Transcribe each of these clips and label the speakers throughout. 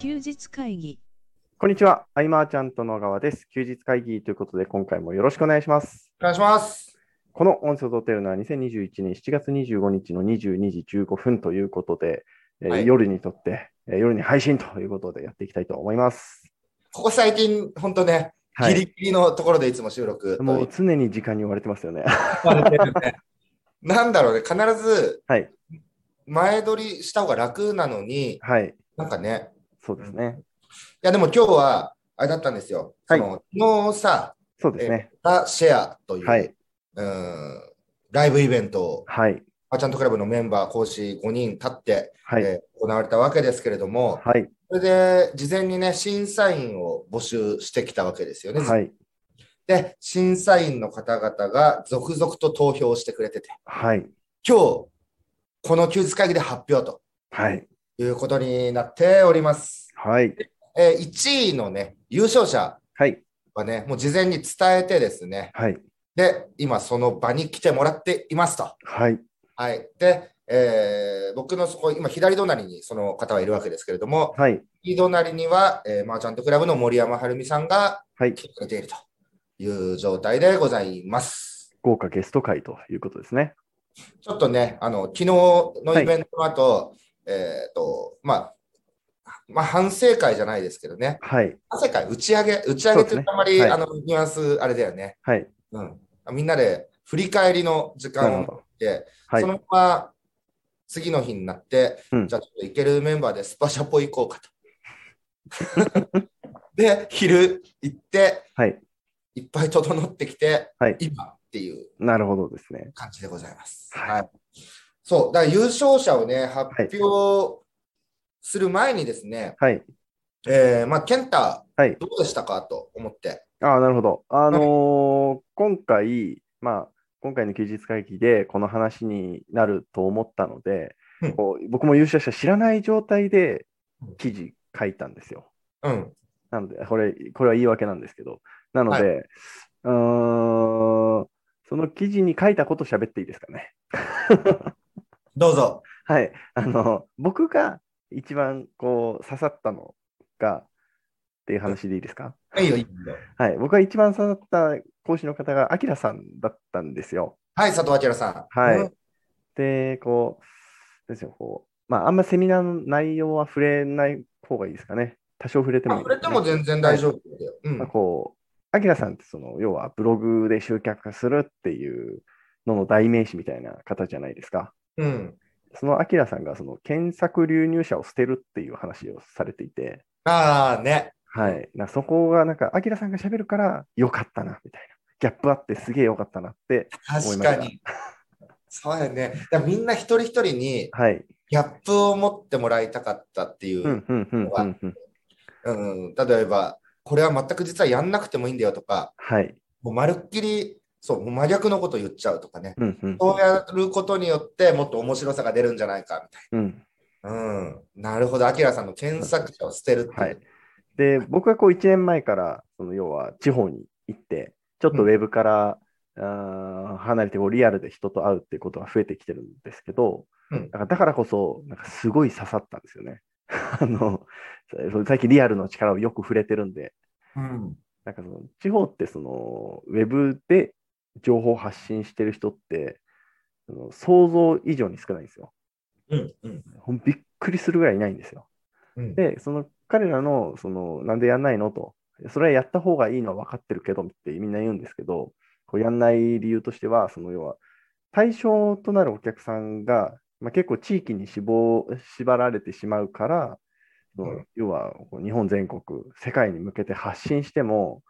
Speaker 1: 休日会議
Speaker 2: こんにちは。アイマーちゃんと野川です。休日会議ということで、今回もよろしくお願いします。
Speaker 3: お願いします。
Speaker 2: この音声を撮っているのは2021年7月25日の22時15分ということで、えー
Speaker 3: はい
Speaker 2: 夜に撮って、えー夜に配信ということでやっていきたいと思います。
Speaker 3: ここ最近、本当ね、
Speaker 2: はい。
Speaker 3: ギリギリのところでいつも収録と
Speaker 2: もう常に時間に追われてますよね。
Speaker 3: なんだろうね、必ず
Speaker 2: はい。
Speaker 3: 前撮りした方が楽なのに、
Speaker 2: はい。
Speaker 3: なんかね、
Speaker 2: そうですね。
Speaker 3: いやでも今日はあれだったんですよ。
Speaker 2: はい
Speaker 3: その昨日さ、
Speaker 2: そうですね。
Speaker 3: ザ・シェアという、
Speaker 2: はい。
Speaker 3: うーんライブイベントを、
Speaker 2: はい。
Speaker 3: マーチャントクラブのメンバー、講師5人立って、
Speaker 2: はい。
Speaker 3: えー行われたわけですけれども、
Speaker 2: はい。
Speaker 3: それで事前にね、審査員を募集してきたわけですよね。
Speaker 2: はい。
Speaker 3: で、審査員の方々が続々と投票してくれてて、
Speaker 2: はい。
Speaker 3: 今日、この休日会議で発表と
Speaker 2: はい。
Speaker 3: いうことになっております。
Speaker 2: はい。
Speaker 3: えー1位のね、優勝者
Speaker 2: はい。
Speaker 3: はね、もう事前に伝えてですね、
Speaker 2: はい。
Speaker 3: で、今その場に来てもらっていますと。
Speaker 2: はい。
Speaker 3: はい。で、えー僕のそこ、今左隣にその方はいるわけですけれども、
Speaker 2: はい。
Speaker 3: 右隣には、えー、マーチャントクラブの森山晴美さんが
Speaker 2: はい。
Speaker 3: 来てくれているという状態でございます。
Speaker 2: 豪華ゲスト会ということですね。
Speaker 3: ちょっとね、あの昨日のイベントの後、えっ、と、まあ、まあ、反省会じゃないですけどね、
Speaker 2: はい。
Speaker 3: 反省会、打ち上げ、打ち上げって
Speaker 2: そうですね
Speaker 3: あんまり、
Speaker 2: はい
Speaker 3: あのニュアンス、あれだよね、
Speaker 2: はい。
Speaker 3: うん、みんなで振り返りの時
Speaker 2: なる
Speaker 3: 間を
Speaker 2: ほど。
Speaker 3: で、
Speaker 2: はい
Speaker 3: そ。のまま次の日になって、
Speaker 2: うん
Speaker 3: じゃあちょっと行けるメンバーでスパシャポ行こうかと。 で、昼行って、
Speaker 2: はい。
Speaker 3: いっぱい整ってきて、
Speaker 2: はい
Speaker 3: 今っていう
Speaker 2: なるほどですね。
Speaker 3: 感じでございます。
Speaker 2: は
Speaker 3: はいい。そう、だから優勝者をね、発表する前にですね、
Speaker 2: はい。
Speaker 3: えー、まあ、健太、
Speaker 2: はい
Speaker 3: どうでしたかと思って。
Speaker 2: ああ、なるほど。あのー今回、まあ、今回の休日会議でこの話になると思ったので、
Speaker 3: うん
Speaker 2: こう僕も優勝者知らない状態で
Speaker 3: うん
Speaker 2: 記事書いたんですよ。
Speaker 3: うん。
Speaker 2: なので、これ、これは言い訳なんですけど。なので、うーん、その記事に書いたこと喋っていいですかね。
Speaker 3: どうぞ。
Speaker 2: はい。あの、僕が一番こう刺さったのが、っていう話でいいですか
Speaker 3: いいよ、いいよ。
Speaker 2: はい、僕が一番刺さった講師の方が、アキラさんだったんですよ。
Speaker 3: はい、佐藤明さん。
Speaker 2: はい。
Speaker 3: うん
Speaker 2: で、こう、なんですよ、こう、まあ、あんまセミナーの内容は触れない方がいいですかね。多少触れて
Speaker 3: ま
Speaker 2: も
Speaker 3: あ、
Speaker 2: いいです
Speaker 3: それ
Speaker 2: ね、
Speaker 3: でも全然大丈夫だよ。うん
Speaker 2: まあ、。こう、アキラさんって、その、要はブログで集客するっていうのの代名詞みたいな方じゃないですか。
Speaker 3: うん。
Speaker 2: そのアキラさんが、その、検索流入者を捨てるっていう話をされていて、
Speaker 3: ああ、ね。
Speaker 2: はい。なそこが、なんか、アキラさんが喋るから、良かったな、みたいな。ギャップあって、すげえ良かったなって思い
Speaker 3: 確
Speaker 2: ました
Speaker 3: かに。そうやね。だからみんな一人一人に
Speaker 2: はい。
Speaker 3: ギャップを持ってもらいたかったっていう
Speaker 2: う。んうんうんうんうん。
Speaker 3: うん、例えば、これは全く実はやんなくてもいいんだよとか、
Speaker 2: はい。
Speaker 3: もうまるっきり、そう、もう真逆のこと言っちゃうとかね。
Speaker 2: うんうん。
Speaker 3: そうやることによってもっと面白さが出るんじゃないかみたい
Speaker 2: うん。
Speaker 3: な。うん。なるほど。アキラさんの検索者を捨てるっていう。
Speaker 2: はい。で、僕はこう1年前から、その要は地方に行って、ちょっとウェブから、あー離れてこうリアルで人と会うっていうことが増えてきてるんですけど、
Speaker 3: うん
Speaker 2: だからだからこそ、なんかすごい刺さったんですよね。 あの、最近リアルの力をよく触れてるんで、
Speaker 3: うん。
Speaker 2: なんかその地方ってそのウェブで情報を発信してる人って、その想像以上に少ないんですよ。
Speaker 3: うん。うん。
Speaker 2: ほんびっくりするぐらいいないんですよ。
Speaker 3: うん。
Speaker 2: で、その彼らの、その、なんでやんないのと、それはやった方がいいのは分かってるけどってみんな言うんですけど、こうやんない理由としては、その要は、対象となるお客さんが、まあ、結構地域に絞縛られてしまうから、その
Speaker 3: うん
Speaker 2: 要はこう日本全国、世界に向けて発信しても、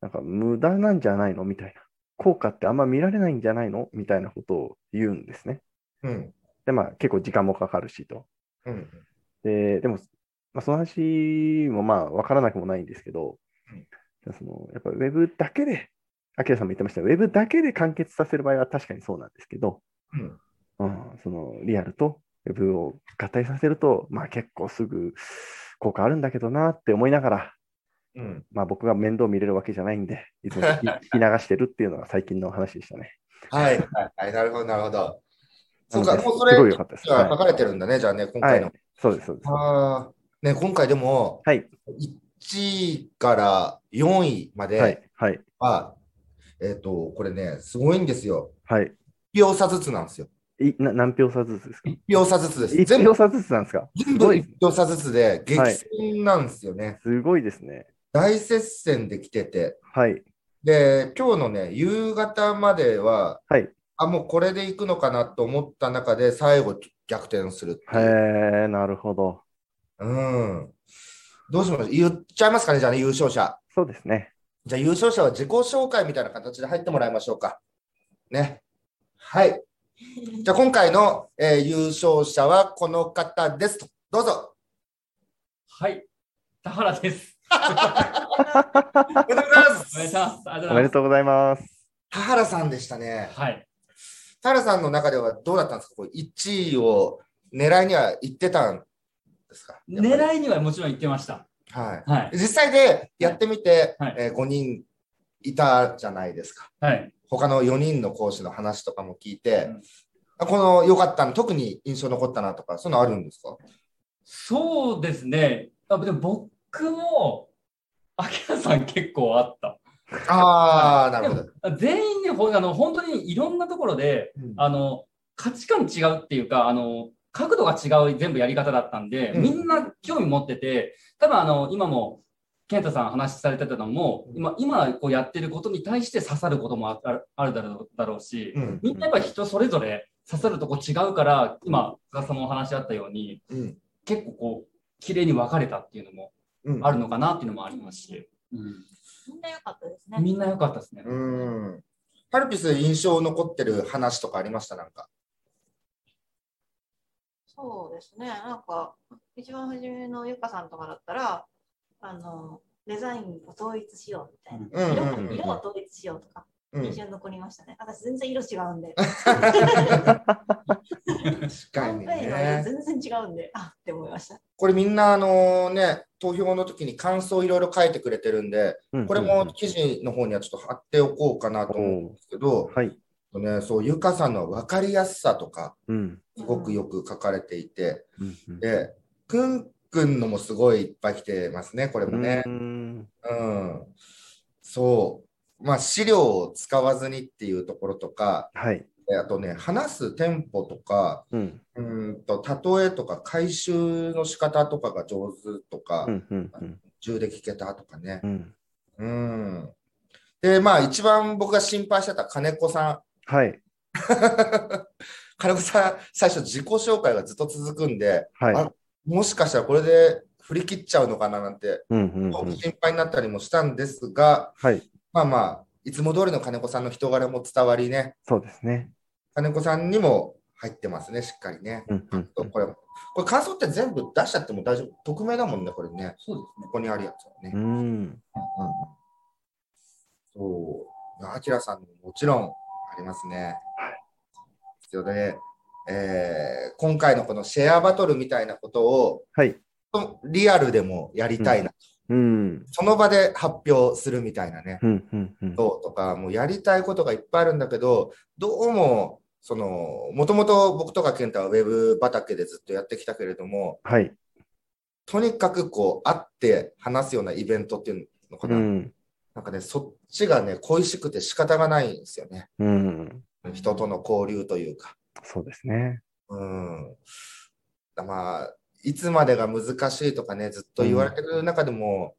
Speaker 2: なんか無駄なんじゃないのみたいな、効果ってあんま見られないんじゃないのみたいなことを言うんですね。
Speaker 3: うん。
Speaker 2: で、まあ結構時間もかかるしと。
Speaker 3: うん。
Speaker 2: で、でも、まあ、その話もまあ分からなくもないんですけど、
Speaker 3: うん
Speaker 2: そのやっぱウェブだけで、アキラさんも言ってましたがウェブだけで完結させる場合は確かにそうなんですけど、
Speaker 3: うん
Speaker 2: うんそのリアルとウェブを合体させると、まあ、結構すぐ効果あるんだけどなって思いながら、
Speaker 3: うん。
Speaker 2: まあ、僕が面倒見れるわけじゃないんで、いつも 聞き聞き流してるっていうのが最近の話でしたね。
Speaker 3: はい。はいはい。なるほど。なるほど。そうか。
Speaker 2: なので
Speaker 3: もうそ
Speaker 2: すごい
Speaker 3: れ
Speaker 2: 良かったです。
Speaker 3: が書
Speaker 2: は
Speaker 3: かれてるんだね。じゃあね、今
Speaker 2: い、は
Speaker 3: 回
Speaker 2: い
Speaker 3: の。、
Speaker 2: そうです、そうです。
Speaker 3: ああ。ね、今回でも、
Speaker 2: はい
Speaker 3: 1位から4位ま
Speaker 2: は
Speaker 3: で
Speaker 2: い、はい、
Speaker 3: は、えっ、と、これね、すごいんですよ。
Speaker 2: はい。
Speaker 3: 1票差ずつなんですよ。
Speaker 2: いな何票差ずつですか
Speaker 3: 1票差ずつです。全
Speaker 2: ?1
Speaker 3: 部
Speaker 2: 票差ずつなんですか
Speaker 3: 全
Speaker 2: す
Speaker 3: 部
Speaker 2: ごい
Speaker 3: 1票差ずつで、激
Speaker 2: はい
Speaker 3: 戦なんですよね。
Speaker 2: すごいですね。
Speaker 3: 大接戦で来てて、
Speaker 2: はい、
Speaker 3: で、今日のね、夕方までは、
Speaker 2: はい。
Speaker 3: あ、もうこれでいくのかなと思った中で、最後逆転するって
Speaker 2: へ
Speaker 3: いう。
Speaker 2: え、なるほど。
Speaker 3: うん。どうします言っちゃいますかね、じゃあね、優勝者。
Speaker 2: そうですね。
Speaker 3: じゃあ優勝者は自己紹介みたいな形で入ってもらいましょうか。ね。はい。じゃあ今回の、えー優勝者はこの方ですと。ど うぞ。
Speaker 1: はい、田原です。
Speaker 3: おめでとうございま。
Speaker 1: おめですとうございます。ありが
Speaker 2: おめで
Speaker 1: う
Speaker 2: とうございます。
Speaker 3: 田原さんでしたね
Speaker 1: ございます。。はい、
Speaker 3: 田原さんの中ではどうだったんですかこれ ?1 位を狙いには行ってたんですかい
Speaker 1: 狙いにはもちろん行ってました。
Speaker 3: は
Speaker 1: はい
Speaker 3: い。、実際でやってみて、
Speaker 1: はい
Speaker 3: え5人いたじゃないですか。
Speaker 1: はい、
Speaker 3: 他の4人の講師の話とかも聞いて、
Speaker 1: うん
Speaker 3: あこの良かったの、特に印象残ったなとか、そういうのあるんですか
Speaker 1: そうですね。あ、でも僕も。秋田さん結構あった。
Speaker 3: ああ、なるほど。
Speaker 1: 全員ね、ほんあの本当にいろんなところで、
Speaker 2: うん
Speaker 1: あの価値観違うっていうか、あの角度が違う全部やり方だったんで、
Speaker 3: うん
Speaker 1: みんな興味持ってて、多分あの今も健太さん話されてたのも、今今こうやってることに対して刺さることもああるあるだろうだろうし、
Speaker 3: うん
Speaker 1: みんなやっぱ人それぞれ刺さるとこ違うから、今、小田さんもお話しあったように、
Speaker 3: うん
Speaker 1: 結構こう、綺麗に分かれたっていうのも
Speaker 3: うん
Speaker 1: あるのかなっていうのもありますし、
Speaker 4: みんな良かったです
Speaker 1: う
Speaker 4: ね。
Speaker 1: んみんな良かったですね。
Speaker 3: うんハルピス印象残ってる話とかありましたなんか。
Speaker 4: そうですね。なんか、一番初めのゆかさんとかだったら、あの、デザインを統一しようみたいな。
Speaker 3: うんうんうん
Speaker 4: 色色を統一しようとか、
Speaker 3: うん
Speaker 4: 印象に残りましたね。私全然色違うんで、
Speaker 3: 確かに
Speaker 4: カンペーンの色
Speaker 3: ね。
Speaker 4: 全然違うんで、あって思い ました。
Speaker 3: これみんなあのね、投票の時に感想いろいろ書いてくれてるんで、
Speaker 2: うん
Speaker 3: これ
Speaker 2: うん
Speaker 3: も記事の方にはちょっと貼っておこうかなと思うんですけど、
Speaker 2: はい。
Speaker 3: ね、そう、ゆかさんの分かりやすさとか、
Speaker 2: うん。
Speaker 3: すごくよく書かれていて、
Speaker 2: うんうん
Speaker 3: で、くんくんのもすごいいっぱい来てますね、これもね。
Speaker 2: うん
Speaker 3: うん、そう、まあ、資料を使わずにっていうところとか、
Speaker 2: はい。
Speaker 3: えあとね、話すテンポとか、
Speaker 2: うん。
Speaker 3: うーんと例えとか回収の仕方とかが上手とか、
Speaker 2: うん。うん。うん
Speaker 3: 銃で聞けたとかね。
Speaker 2: うん。
Speaker 3: うん、で、まあ、一番僕が心配してた金子さん。
Speaker 2: はい。
Speaker 3: 金子さん、最初自己紹介がずっと続くんで、
Speaker 2: はい
Speaker 3: あ。もしかしたらこれで振り切っちゃうのかななんて、
Speaker 2: うん。うん。うん
Speaker 3: 心配になったりもしたんですが、
Speaker 2: はい。
Speaker 3: まあまあ、いつも通りの金子さんの人柄も伝わりね、
Speaker 2: そうですね。
Speaker 3: 金子さんにも入ってますね、しっかりね。
Speaker 2: うん。うん。うん
Speaker 3: これ、これ感想って全部出しちゃっても大丈夫。匿名だもんね、これね。
Speaker 1: そうですね
Speaker 3: ここにあるやつはね。
Speaker 2: うん。
Speaker 3: そう。あきらさんももちろんありますね。それで、えー今回のこのシェアバトルみたいなことを、
Speaker 2: はい。
Speaker 3: リアルでもやりたいな、
Speaker 2: うん。
Speaker 3: その場で発表するみたいなね。
Speaker 2: うん。うん。うん。
Speaker 3: どうとか、もうやりたいことがいっぱいあるんだけど、どうも、その、もともと僕とか健太はウェブ畑でずっとやってきたけれども、
Speaker 2: はい。
Speaker 3: とにかくこう、会って話すようなイベントっていうのか
Speaker 2: う
Speaker 3: な。
Speaker 2: ん。
Speaker 3: なんかね、そっちがね、恋しくて仕方がないんですよね。
Speaker 2: うん。
Speaker 3: 人との交流というか。
Speaker 2: そうですね。
Speaker 3: うん。だまあ、いつまでが難しいとかね、ずっと言われてる中でも、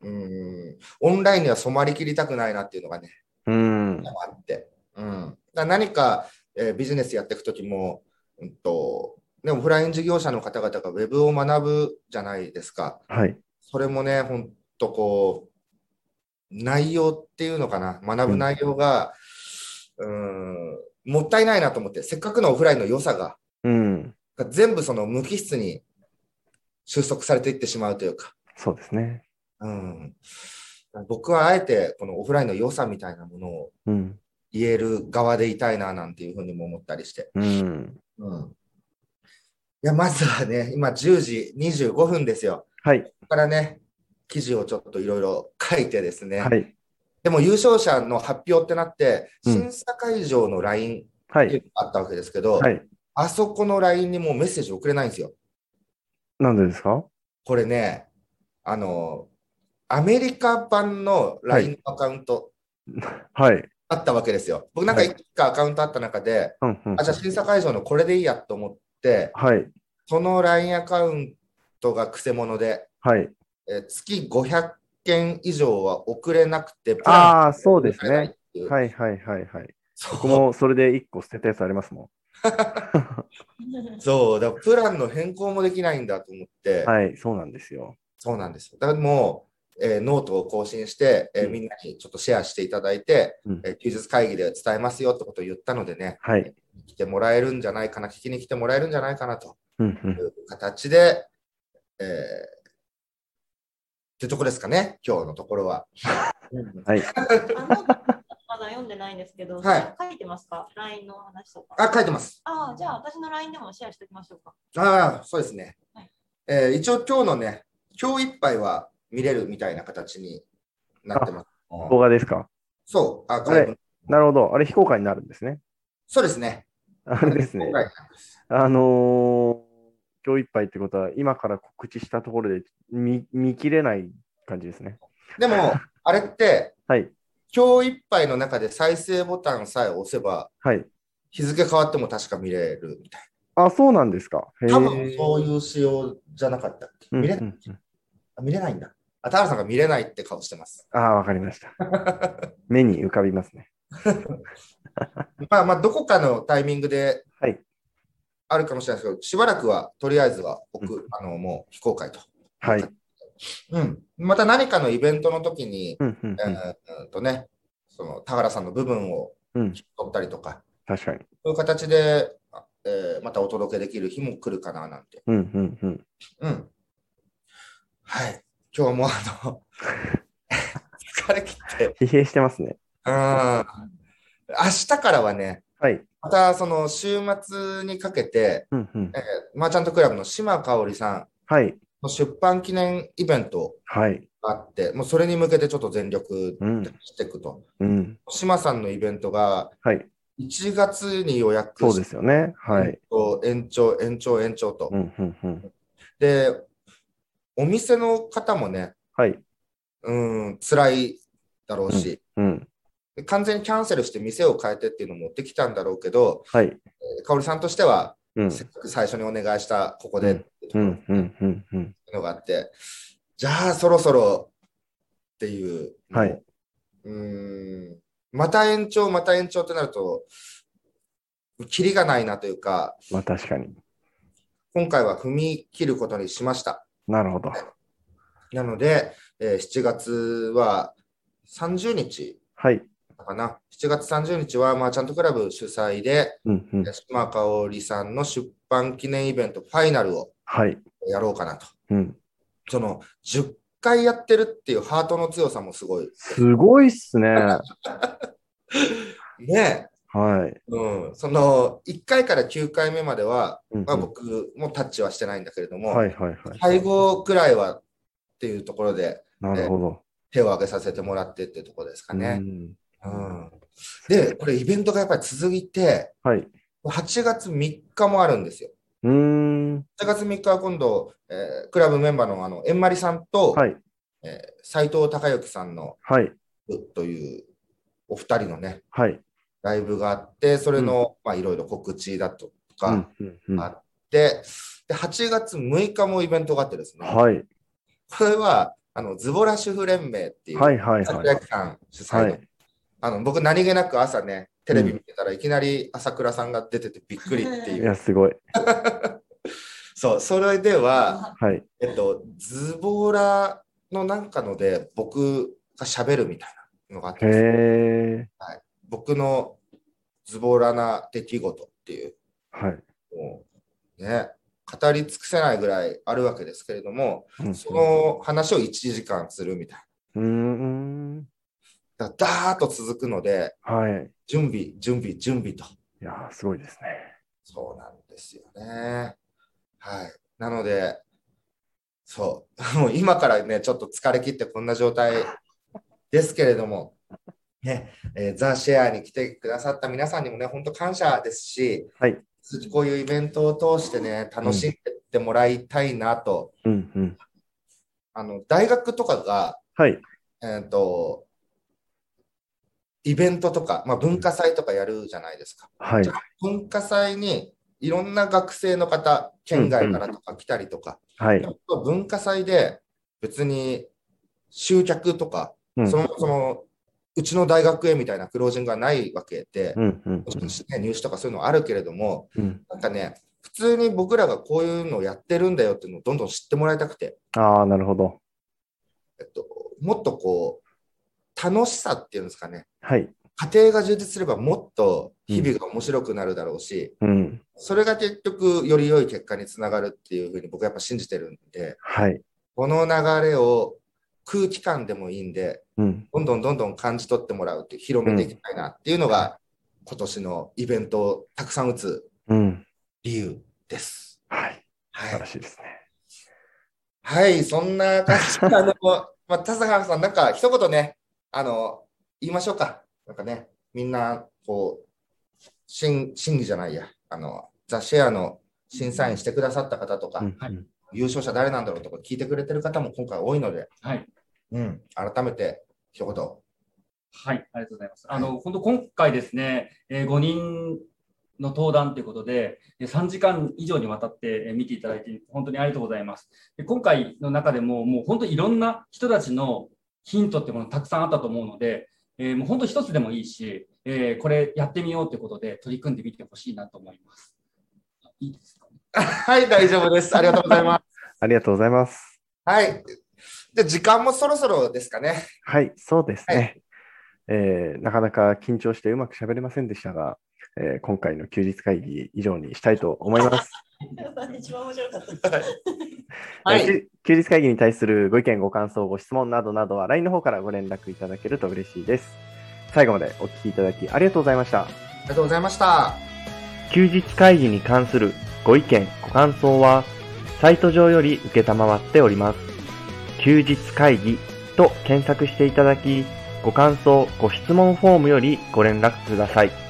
Speaker 3: うん、オンラインには染まりきりたくないなっていうのがね、
Speaker 2: うん。
Speaker 3: あって、うん、だから何か、えービジネスやっていく時も、うんとね、オフライン事業者の方々がウェブを学ぶじゃないですか
Speaker 2: はい。
Speaker 3: それもね本当こう内容っていうのかな学ぶ内容が、うん、もったいないなと思ってせっかくのオフラインの良さが
Speaker 2: うん。
Speaker 3: 全部その無機質に収束されていってしまうというか、
Speaker 2: そうですね。
Speaker 3: うん、僕はあえてこのオフラインの良さみたいなものを
Speaker 2: うん。
Speaker 3: 言える側でいたいななんていうふうにも思ったりして。
Speaker 2: うん。
Speaker 3: うん、いやまずはね、今10時25分ですよ。
Speaker 2: はい。
Speaker 3: ここからね、記事をちょっといろいろ書いてですね、
Speaker 2: はい。
Speaker 3: でも優勝者の発表ってなって、
Speaker 2: うん
Speaker 3: 審査会場の LINE
Speaker 2: は
Speaker 3: っていう
Speaker 2: い。
Speaker 3: のがあったわけですけど、
Speaker 2: はい。
Speaker 3: あそこの LINE にもうメッセージ送れないんですよ。
Speaker 2: なんでですか
Speaker 3: これね、あの、アメリカ版の LINE のアカウント
Speaker 2: はい。
Speaker 3: あったわけですよ。僕なんか
Speaker 2: はい
Speaker 3: いくつかアカウントあった中で、
Speaker 2: うんうん
Speaker 3: あ、じゃあ審査会場のこれでいいやと思って、
Speaker 2: はい。
Speaker 3: その LINE アカウントがくせ者で、
Speaker 2: はい。
Speaker 3: えー月500件以上は送れなくて、プラン
Speaker 2: ああ、そうです
Speaker 3: 送れない
Speaker 2: ね
Speaker 3: っ。ていう
Speaker 2: はいはいはいはい。
Speaker 3: そ
Speaker 2: 僕
Speaker 3: う
Speaker 2: もそれで一個捨てたやつありますも
Speaker 3: そう、だからプランの変更もできないんだと思って、
Speaker 2: ん。はい、そうなんですよ。
Speaker 3: そうなんですよ。だからもう、えーノートを更新して、えー
Speaker 2: うん
Speaker 3: みんなにちょっとシェアしていただいて、
Speaker 2: うん
Speaker 3: えー休日会議で伝えますよってことを言ったのでね、
Speaker 2: はい。
Speaker 3: 来てもらえるんじゃないかな、聞きに来てもらえるんじゃないかなと
Speaker 2: うんう
Speaker 3: い
Speaker 2: ん。
Speaker 3: う形で、えー、ってとこですかね、今日のところは。うん
Speaker 2: はい。
Speaker 4: あの、まだ読んでないんですけど、
Speaker 3: はい
Speaker 4: 書いてますか ?LINE の話とか。
Speaker 3: あ、書いてます。
Speaker 4: ああ、じゃあ私の LINE でもシェアしておきましょうか。
Speaker 3: ああ、そうですね
Speaker 4: はい。
Speaker 3: えー一応今日のね、今日いっぱいは見れるみたいな形になってます。
Speaker 2: 動画ですか
Speaker 3: そう、アーカイブ
Speaker 2: なるほど。あれ非公開になるんですね。
Speaker 3: そうですね。
Speaker 2: あれですね
Speaker 3: 今。回
Speaker 2: あのー今日いっぱいってことは、今から告知したところで見見切れない感じですね。
Speaker 3: でも、あれって、
Speaker 2: はい。
Speaker 3: 今日いっぱいの中で再生ボタンさえ押せば、
Speaker 2: はい。
Speaker 3: 日付変わっても確か見れるみたい
Speaker 2: あ、そうなんですか。へー
Speaker 3: な。多分そういう仕様じゃなかったっけ
Speaker 2: うん
Speaker 3: 見れ,、
Speaker 2: うんうん
Speaker 3: 見れないんだ。あ、田原さんが見れないって顔してます。
Speaker 2: ああ、わかりま した。目に浮かびますね。
Speaker 3: まあまあ、どこかのタイミングで
Speaker 2: はい。
Speaker 3: あるかもしれないですけど、しばらくはとりあえずは僕、あのもう非公開と。
Speaker 2: はい。
Speaker 3: うん。また何かのイベントの時に、
Speaker 2: うんうん
Speaker 3: えーうんとね、その田原さんの部分を
Speaker 2: うんうん。
Speaker 3: 取ったりとか、
Speaker 2: 確かに。
Speaker 3: そういう形で、あえーまたお届けできる日も来るかななんて。
Speaker 2: うんうんうん。
Speaker 3: うん。はい。今日もあの、 疲れ切って。
Speaker 2: 疲弊してますね。
Speaker 3: うん。明日からはね、
Speaker 2: はい。
Speaker 3: またその週末にかけて、
Speaker 2: うんうん。
Speaker 3: マーチャントクラブの島香織さん
Speaker 2: はい。
Speaker 3: の出版記念イベント
Speaker 2: はい。
Speaker 3: があって、もうそれに向けてちょっと全力
Speaker 2: うん
Speaker 3: で。していくと。
Speaker 2: うん。
Speaker 3: 島さんのイベントが
Speaker 2: はい。
Speaker 3: 1月に予約
Speaker 2: そう
Speaker 3: し
Speaker 2: ですよね。はい。
Speaker 3: 延長、延長、延長と。
Speaker 2: うんうんうん。
Speaker 3: で、お店の方もね、
Speaker 2: はい。
Speaker 3: うん、辛いだろうし、
Speaker 2: うん。
Speaker 3: 完全にキャンセルして店を変えてっていうのもできたんだろうけど、
Speaker 2: はい。
Speaker 3: かおりさんとしては、
Speaker 2: うん。
Speaker 3: せっかく最初にお願いしたここでって
Speaker 2: う
Speaker 3: いうん
Speaker 2: うんうんうん。
Speaker 3: のがあって、じゃあそろそろっていう、
Speaker 2: はい
Speaker 3: うん、また延長、また延長ってなると、キリがないなというか、
Speaker 2: まあ確かに。
Speaker 3: 今回は踏み切ることにしました。
Speaker 2: なるほど。
Speaker 3: なので、えー7月は30日
Speaker 2: はい。
Speaker 3: かな。7月30日はマーチャントクラブ主催で、
Speaker 2: うんうん。
Speaker 3: 島香織さんの出版記念イベントファイナルを
Speaker 2: はい。
Speaker 3: やろうかなと。
Speaker 2: うん。
Speaker 3: その10回やってるっていうハートの強さもすごい。
Speaker 2: すごいっすね。
Speaker 3: ねえ。
Speaker 2: はい。
Speaker 3: うん、その1回から9回目までは、
Speaker 2: うんうん
Speaker 3: まあ、僕もタッチはしてないんだけれども、
Speaker 2: はいはいはい。
Speaker 3: 最後くらいはっていうところで
Speaker 2: なるほど。
Speaker 3: 手を挙げさせてもらってっていうところですか
Speaker 2: う
Speaker 3: ね。
Speaker 2: ん
Speaker 3: うん、で、これイベントがやっぱり続いて、
Speaker 2: はい。
Speaker 3: 8月3日もあるんですよ。
Speaker 2: うーん。
Speaker 3: 8月3日は今度、えークラブメンバーのあの、えんまりさんと、
Speaker 2: はい。
Speaker 3: えー斉藤孝之さんの
Speaker 2: はい。
Speaker 3: うというお二人のね、
Speaker 2: はい。
Speaker 3: ライブがあって、それの、まあいろいろ告知だと
Speaker 2: う
Speaker 3: か
Speaker 2: んうんうん
Speaker 3: あで、で、8月6日もイベントがあってですね、
Speaker 2: はい。
Speaker 3: これは、あの、ズボラ主婦連盟っていう、
Speaker 2: はいはい
Speaker 3: 桜
Speaker 2: は
Speaker 3: 井さん主
Speaker 2: い。
Speaker 3: 催の、
Speaker 2: はい。
Speaker 3: あの、僕何気なく朝ね、テレビ見てたらいきなり朝倉さんが出ててびっ くりって
Speaker 2: い
Speaker 3: いう。
Speaker 2: や、すごい。
Speaker 3: そう、それでは、
Speaker 2: はい。
Speaker 3: えっと、ズボラのなんかので、僕が喋るみたいなのがあっ
Speaker 2: へ
Speaker 3: て、
Speaker 2: え。
Speaker 3: 僕のズボラな出来事っていう、
Speaker 2: はい。
Speaker 3: もうね、語り尽くせないぐらいあるわけですけれども、
Speaker 2: うん
Speaker 3: その話を1時間するみたいう
Speaker 2: ーん。
Speaker 3: な。だダーッと続くので、
Speaker 2: はい。
Speaker 3: 準備、準備、準備と。
Speaker 2: いやー、すごいですね。
Speaker 3: そうなんですよね。はい。なので、そう。 もう今からね、ちょっと疲れ切ってこんな状態ですけれども、ね、えーザ・シェアに来てくださった皆さんにもね、本当感謝ですし、
Speaker 2: はい
Speaker 3: 続きこういうイベントを通してね、楽しんでってもらいたいなと
Speaker 2: うんうん。
Speaker 3: あの、大学とかが、
Speaker 2: はい。
Speaker 3: えっ、と、イベントとか、まあ、文化祭とかやるじゃないですか。
Speaker 2: はい。
Speaker 3: 文化祭にいろんな学生の方、県外からとか来たりとか、
Speaker 2: はい。
Speaker 3: でも文化祭で別に集客とか、
Speaker 2: うん
Speaker 3: そ。のそのうちの大学へみたいなクロージングがないわけで、
Speaker 2: うん。うん
Speaker 3: もちろんね入試とかそういうのあるけれども、
Speaker 2: うん。
Speaker 3: なんかね、普通に僕らがこういうのをやってるんだよっていうのをどんどん知ってもらいたくて、
Speaker 2: ああ、なるほど。
Speaker 3: えっと、もっとこう、楽しさっていうんですかね、
Speaker 2: はい。
Speaker 3: 家庭が充実すればもっと日々が面白くなるだろうし、
Speaker 2: うん。
Speaker 3: それが結局より良い結果につながるっていうふうに僕はやっぱ信じてるんで、
Speaker 2: はい。
Speaker 3: この流れを空気感でもいいんで、
Speaker 2: うん。
Speaker 3: どんどんどんどん感じ取ってもらうっていう広めていきたいなっていうのが、今年のイベントをたくさん打つ
Speaker 2: うん。
Speaker 3: 理由です。
Speaker 2: はい。素
Speaker 3: は
Speaker 2: 晴
Speaker 3: い
Speaker 2: ら。しいですね。
Speaker 3: はい、そんな感じ。あの、 まあ、田坂さん、なんか一言ね、あの、言いましょうか。なんかね、みんな、こう、審審議じゃないや、あの、ザ・シェアの審査員してくださった方とか、
Speaker 2: うん
Speaker 1: はい
Speaker 2: うん
Speaker 3: 優勝者誰なんだろうとか聞いてくれてる方も今回多いので、
Speaker 1: はい。
Speaker 3: うん、改めて一言。
Speaker 1: はい、ありがとうございます。あの、本当今回ですね、えー5人の登壇ということで、えー3時間以上にわたってえー見ていただいて、本当にありがとうございます。で今回の中でも、もう本当にいろんな人たちのヒントってものたくさんあったと思うので、えーもう本当一つでもいいし、えーこれやってみようということで取り組んでみてほしいなと思います。いいですか
Speaker 3: はい、大丈夫です。ありがとうございます。
Speaker 2: ありがとうございます。
Speaker 3: はい。で、時間もそろそろですかね。
Speaker 2: はい。そうです
Speaker 3: は
Speaker 2: ね。えーなかなか緊張してうまく喋れませんでしたが、えー今回の休日会議以上にしたいと思います。
Speaker 4: 一番面白かった。
Speaker 3: は
Speaker 2: えー
Speaker 3: い。
Speaker 2: き休日会議に対するご意見、ご感想、ご質問などなどは LINE の方からご連絡いただけると嬉しいです。最後までお聞きいただきありがとうございました。
Speaker 3: ありがとうございました。
Speaker 2: 休日会議に関するご意見、ご感想は、サイト上より受けたまわっております。休日会議と検索していただき、ご感想、ご質問フォームよりご連絡ください。